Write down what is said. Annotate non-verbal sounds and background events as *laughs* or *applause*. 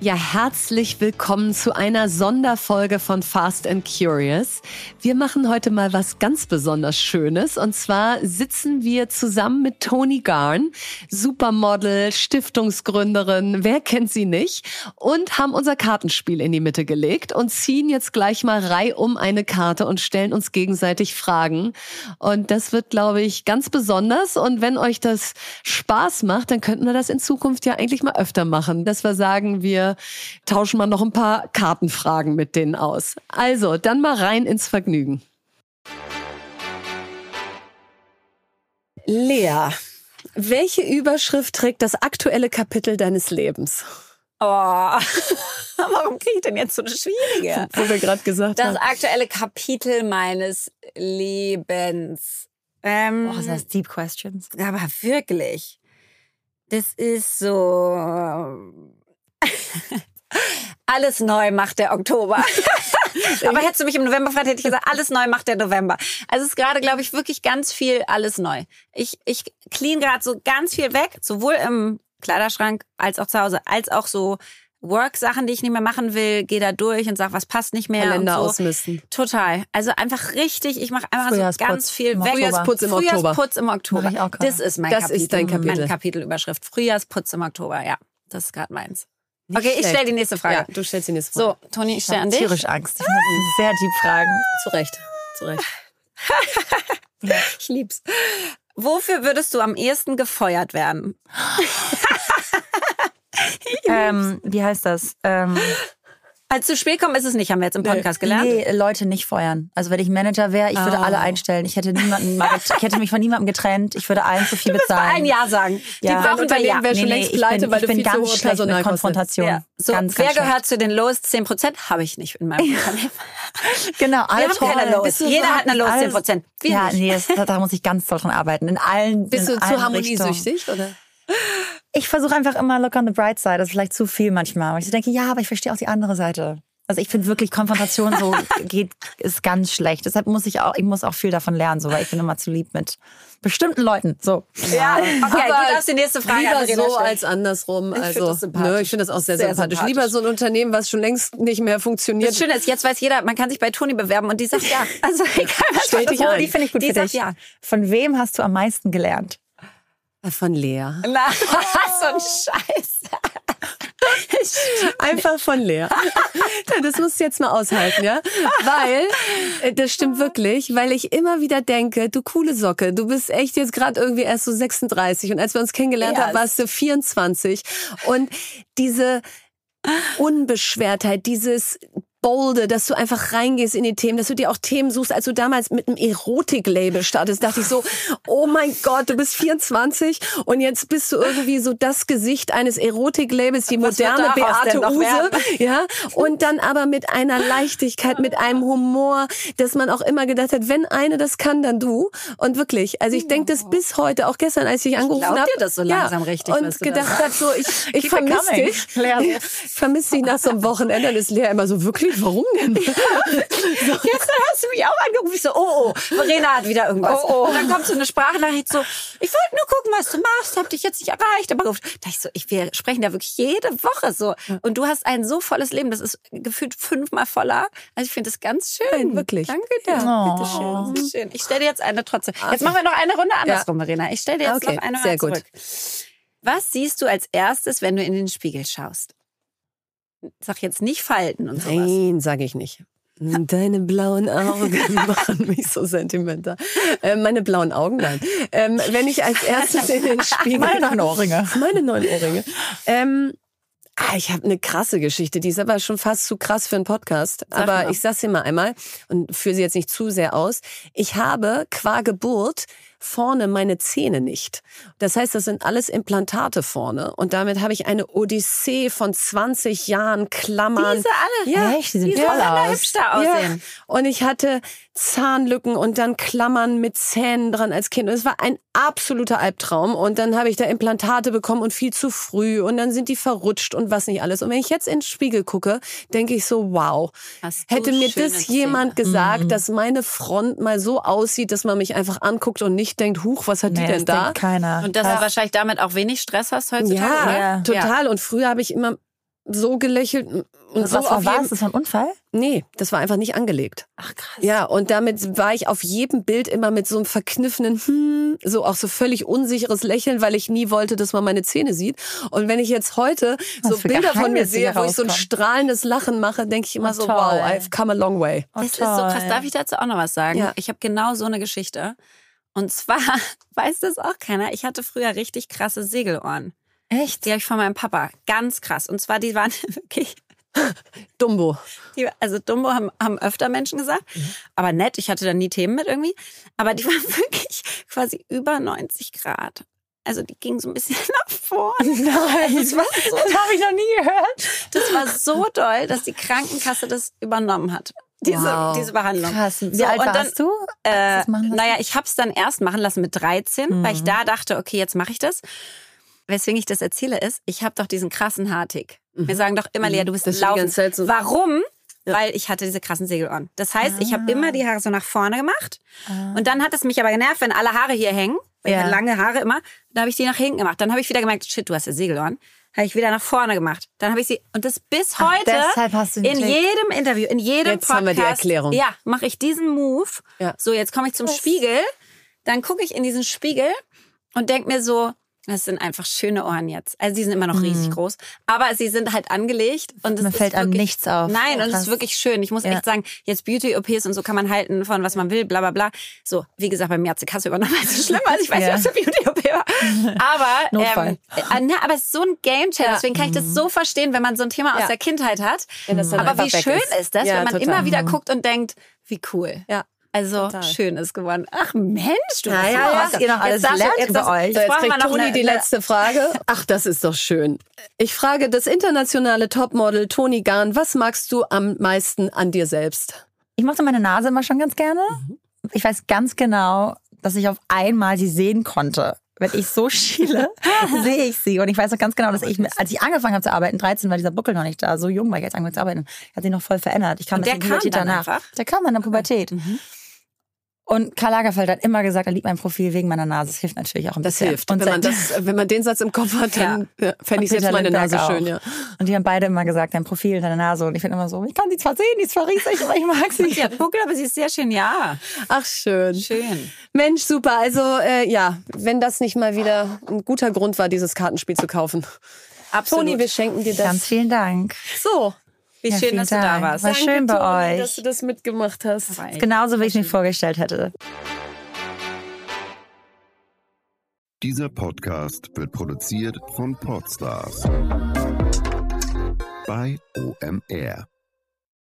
Ja, herzlich willkommen zu einer Sonderfolge von Fast and Curious. Wir machen heute mal was ganz besonders Schönes und zwar sitzen wir zusammen mit Toni Garn, Supermodel, Stiftungsgründerin, wer kennt sie nicht, und haben unser Kartenspiel in die Mitte gelegt und ziehen jetzt gleich mal rei um eine Karte und stellen uns gegenseitig Fragen. Und das wird, glaube ich, ganz besonders und wenn euch das Spaß macht, dann könnten wir das in Zukunft ja eigentlich mal öfter machen, dass wir sagen, wir tauschen mal noch ein paar Kartenfragen mit denen aus. Also, dann mal rein ins Vergnügen. Lea, welche Überschrift trägt das aktuelle Kapitel deines Lebens? Oh, *laughs* warum kriege ich denn jetzt so eine schwierige? Wo wir gerade gesagt Das haben. aktuelle Kapitel meines Lebens. Ähm, Oh, sind das Deep Questions. aber wirklich, das ist so. äh, Alles neu macht der Oktober. *laughs* aber hättest du mich im November gefragt, hätte ich gesagt, alles neu macht der November. Also es ist gerade, glaube ich, wirklich ganz viel alles neu. Ich, ich clean gerade so ganz viel weg, sowohl im Kleiderschrank als auch zu Hause, als auch so Work-Sachen, die ich nicht mehr machen will, gehe da durch und sag, was passt nicht mehr. Kalender und so. ausmisten. Total. Also einfach richtig, ich mache einfach so Frühjahrsputz ganz viel im weg. Oktober. Frühjahrsputz im Oktober. Frühjahrsputz im Oktober. Mach ich auch gerade. das ist mein Das Kapitel. ist dein Kapitel. Meine Kapitelüberschrift. Frühjahrsputz im Oktober, ja. Das ist gerade meins. Nicht okay, ich schlecht. stelle die nächste Frage. Ja, du stellst die nächste So, Frage. Toni, ich Ich stelle an habe dich. tierisch Angst. Ich finde sehr *laughs* deep Fragen. So, zu Recht. Zu Recht. Ich lieb's. Wofür würdest du am ehesten gefeuert werden? Ähm, wie heißt das? Ähm, Als zu spät kommen ist es nicht, haben wir jetzt im Podcast gelernt. nee, Leute nicht feuern. Also wenn ich Manager wäre, ich würde Oh. alle einstellen. Ich hätte niemanden, mal get- ich hätte mich von niemandem getrennt. Ich würde allen zu *laughs* viel bezahlen. Ein Ja sagen. Ja. Die brauchen da Ja. Also Unternehmen wäre schon längst ich pleite, bin, weil ich du bin viel zu hohe ganz schlecht mit Personalkosten. Konfrontation. Ja. So, ganz, wer ganz gehört zu den Los? 10% habe ich nicht in meinem Unternehmen. schlecht. Genau, alle Wir haben keine toll. Los. Jeder hat eine Los, Alles- 10%. Wir Ja, nicht. nee, das, da, da muss ich ganz doll dran arbeiten. In allen Bist in du allen zu harmoniesüchtig? Oder? ich versuche einfach immer look on the bright side. Das ist vielleicht zu viel manchmal. Aber ich so denke, ja, aber ich verstehe auch die andere Seite. Also ich finde wirklich Konfrontation *laughs* so geht ist ganz schlecht. Deshalb muss ich auch ich muss auch viel davon lernen, so weil ich bin immer zu lieb mit bestimmten Leuten. So Ja, okay, Aber du darfst die nächste Frage Ah. Lieber Andrea, so stellen. als andersrum. find Also, das sympathisch. ne, ich finde das auch sehr, Sehr sympathisch. sympathisch. Lieber so ein Unternehmen, was schon längst nicht mehr Das funktioniert. Schöne ist, jetzt weiß jeder, man kann sich bei Toni bewerben und die sagt *laughs* ja. Also egal, was Stell man- dich ein. Die finde ich gut die für sagt dich. Ja. Von wem hast du am meisten gelernt? Von *laughs* Lea. Na, so ein Scheiß. Einfach von leer. *laughs* Ja, Das musst du jetzt mal aushalten, ja? Weil, äh, das stimmt wirklich, weil ich immer wieder denke, du coole Socke, du bist echt jetzt gerade irgendwie erst so 36 und als wir uns kennengelernt Ja, haben, warst du 24 und diese Unbeschwertheit, dieses Bolde, dass du einfach reingehst in die Themen, dass du dir auch Themen suchst. Als du damals mit einem Erotik-Label startest, dachte ich so, oh mein Gott, du bist 24 und jetzt bist du irgendwie so das Gesicht eines Erotik-Labels, die Was wird moderne daraus Beate denn noch Use. werden? Ja, und dann aber mit einer Leichtigkeit, mit einem Humor, dass man auch immer gedacht hat, wenn eine das kann, dann du. Und wirklich, also ich denke das bis heute, auch gestern, als ich dich angerufen glaub habe. dir das so langsam richtig, was Und du da gedacht habe, so, ich, ich it vermisse coming. dich. Lea, so. Ich vermisse dich nach so einem Wochenende. Dann ist Lea immer so, wirklich, warum *laughs* denn? *laughs* Gestern hast du mich auch angerufen. Ich so, oh, oh, Verena hat wieder irgendwas. Oh, oh. Und dann kommt so eine Sprachnachricht so, ich wollte nur gucken, was du machst, hab dich jetzt nicht erreicht. Aber ruft. Da ich so, ich, wir sprechen da wirklich jede Woche so. Und du hast ein so volles Leben, das ist gefühlt fünfmal voller. Also ich finde das ganz schön. Nein, wirklich. Oh. Danke dir. Ja. Bitteschön. Das ist schön. Ich stelle dir jetzt eine trotzdem. Jetzt machen wir noch eine Runde andersrum, Verena. Ich stelle dir jetzt Ah. Okay, noch eine sehr Runde gut. zurück. Was siehst du als erstes, wenn du in den Spiegel schaust? Sag jetzt nicht Falten und sowas. Nein, sage ich nicht. Deine blauen Augen machen mich so sentimental. Äh, meine blauen Augen, nein. Ähm, wenn ich als erstes in den Spiegel... Meine neuen Ohrringe. Meine neuen Ohrringe. Ähm, ah, ich habe eine krasse Geschichte, die ist aber schon fast zu krass für einen Podcast. aber mal. ich sag's dir mal einmal und führe sie jetzt nicht zu sehr aus. Ich habe qua Geburt vorne meine Zähne nicht. Das heißt, das sind alles Implantate vorne und damit habe ich eine Odyssee von 20 Jahren Klammern. Diese alle? Echt? Die sehen Die toll sollen alle aus. hübscher aussehen. Ja. Und ich hatte Zahnlücken und dann Klammern mit Zähnen dran als Kind. Und es war ein absoluter Albtraum. Und dann habe ich da Implantate bekommen und viel zu früh. Und dann sind die verrutscht und was nicht alles. Und wenn ich jetzt in den Spiegel gucke, denke ich so, wow. Hast du Hätte mir schöne Mhm. das jemand gesagt, dass meine Front mal so aussieht, dass man mich einfach anguckt und nicht denkt, huch, was hat die Nee, das denn da? denkt keiner. Äh, Und dass du wahrscheinlich damit auch wenig Stress hast heutzutage. ne? Ja, oder? Ja. total. Und früher habe ich immer so gelächelt. Und Das so was war auf was? jeden- Das war ein Unfall? Nee, das war einfach nicht angelegt. Ach krass. Ja, und damit war ich auf jedem Bild immer mit so einem verkniffenen, hm, so auch so völlig unsicheres Lächeln, weil ich nie wollte, dass man meine Zähne sieht. Und wenn ich jetzt heute Was so für Bilder von mir Geheimnisse sehe, hier wo ich so ein rauskommen. strahlendes Lachen mache, denke ich immer Oh, so, toll. wow, I've come a long way. Oh, das ist so krass. toll. *laughs* Darf ich dazu auch noch was sagen? Ja. Ich habe genau so eine Geschichte. Und zwar *laughs* weiß das auch keiner. Ich hatte früher richtig krasse Segelohren. Echt? Die habe ich von meinem Papa. Ganz krass. Und zwar, die waren *laughs* wirklich. Dumbo. Die, also Dumbo haben, haben öfter Menschen gesagt. Mhm. Aber nett, ich hatte da nie Themen mit irgendwie. Aber die *laughs* waren wirklich quasi über 90 Grad. Also die gingen so ein bisschen *laughs* nach vorne. Nein, Das war so das habe ich noch nie gehört. Das war so doll, dass die Krankenkasse das übernommen hat. Diese, Wow. diese Behandlung. Krass. Wie So, alt und dann- warst du? Äh, das machen lassen? naja, ich hab's dann erst machen lassen mit 13, weil ich Mhm. da dachte, okay, jetzt mache ich das. Weswegen ich das erzähle ist, ich habe doch diesen krassen Haartick. Wir sagen doch immer, Lea, du bist Mhm. Das ist die laufen. ganze Zeit so- Warum? Weil ich hatte diese krassen Segelohren. Das heißt, ich Ah. habe immer die Haare so nach vorne gemacht. Und dann hat es mich aber genervt, wenn alle Haare hier hängen. Weil ich Ja. hatte lange Haare immer. Da habe ich die nach hinten gemacht. Dann habe ich wieder gemerkt, shit, du hast ja Segelohren. Habe ich wieder nach vorne gemacht. Dann habe ich sie und das bis heute. deshalb hast du den in Tick. jedem Interview, in jedem Jetzt Podcast. haben wir die Erklärung. Ja, mache ich diesen Move. Ja. So, jetzt komme ich zum Spiegel. Dann gucke ich in diesen Spiegel und denke mir so, das sind einfach schöne Ohren jetzt. Also die sind immer noch Mhm. riesig groß, aber sie sind halt angelegt und es Man ist fällt einem wirklich, nichts auf. Oh, Nein, und es Krass. ist wirklich schön. Ich muss Ja. echt sagen, jetzt Beauty-OPs und so kann man halten von was man will, bla bla bla. So, wie gesagt, bei mir hat sie Kasse übernommen, *laughs* also schlimm. Also ich weiß Ja. nicht, ob es eine Beauty-OP war. *laughs* Aber, Notfall. Ähm, äh, ne, aber es ist so ein Game-Changer. Deswegen kann ich das so verstehen, wenn man so ein Thema aus Mhm. Ja. der Kindheit hat. Wenn das dann aber wie einfach weg schön ist. ist, das, Ja, wenn man total. immer Mhm. wieder guckt und denkt, wie cool. Ja. Also Total. schön ist geworden. Ach Mensch, du Ja, bist ja, so was awesome. ihr noch Jetzt alles darfst du- lernt jetzt über darfst- euch. So, jetzt brauchen wir kriegt noch Toni eine- die eine- letzte *laughs* Frage. Ach, das ist doch schön. Ich frage das internationale Topmodel Toni Garn, was magst du am meisten an dir selbst? Ich mochte meine Nase immer schon ganz gerne. Mhm. Ich weiß ganz genau, dass ich auf einmal sie sehen konnte. Wenn ich *laughs* so schiele, sehe ich sie. Und ich weiß noch ganz genau, dass ich, mit- als ich angefangen habe zu arbeiten, 13 war dieser Buckel noch nicht da. So jung war ich, als ich angefangen habe zu arbeiten. Hat sich noch voll verändert. Ich kam Und erst der in kam Pubertät dann danach. einfach? Ah, mhm. Der kam dann in der Pubertät. Und Karl Lagerfeld hat immer gesagt, er liebt mein Profil wegen meiner Nase. Das hilft natürlich auch ein Das bisschen. hilft. Und wenn, man seit- *laughs* das, wenn man den Satz im Kopf hat, dann ja. fände ich Peter jetzt meine Lindbergh Nase auch. schön. Ja. Und die haben beide immer gesagt, dein Profil, deine Nase. Und ich bin immer so, ich kann sie zwar sehen, die ist zwar riesig, aber ich *laughs* mag sie. Sie hat Buckel, aber sie ist sehr schön, ja. Ach, schön. Schön. Mensch, super. Also äh, ja, wenn das nicht mal wieder ein guter Grund war, dieses Kartenspiel zu kaufen. Absolut. Toni, wir schenken dir das. Ganz vielen Dank. So. wie Ja, schön, vielen dass du da Dank. warst. War Danke, schön bei genau, Toni, euch. dass du das mitgemacht hast. War echt Genauso, wie ich mir vorgestellt hätte. Dieser Podcast wird produziert von Podstars bei OMR.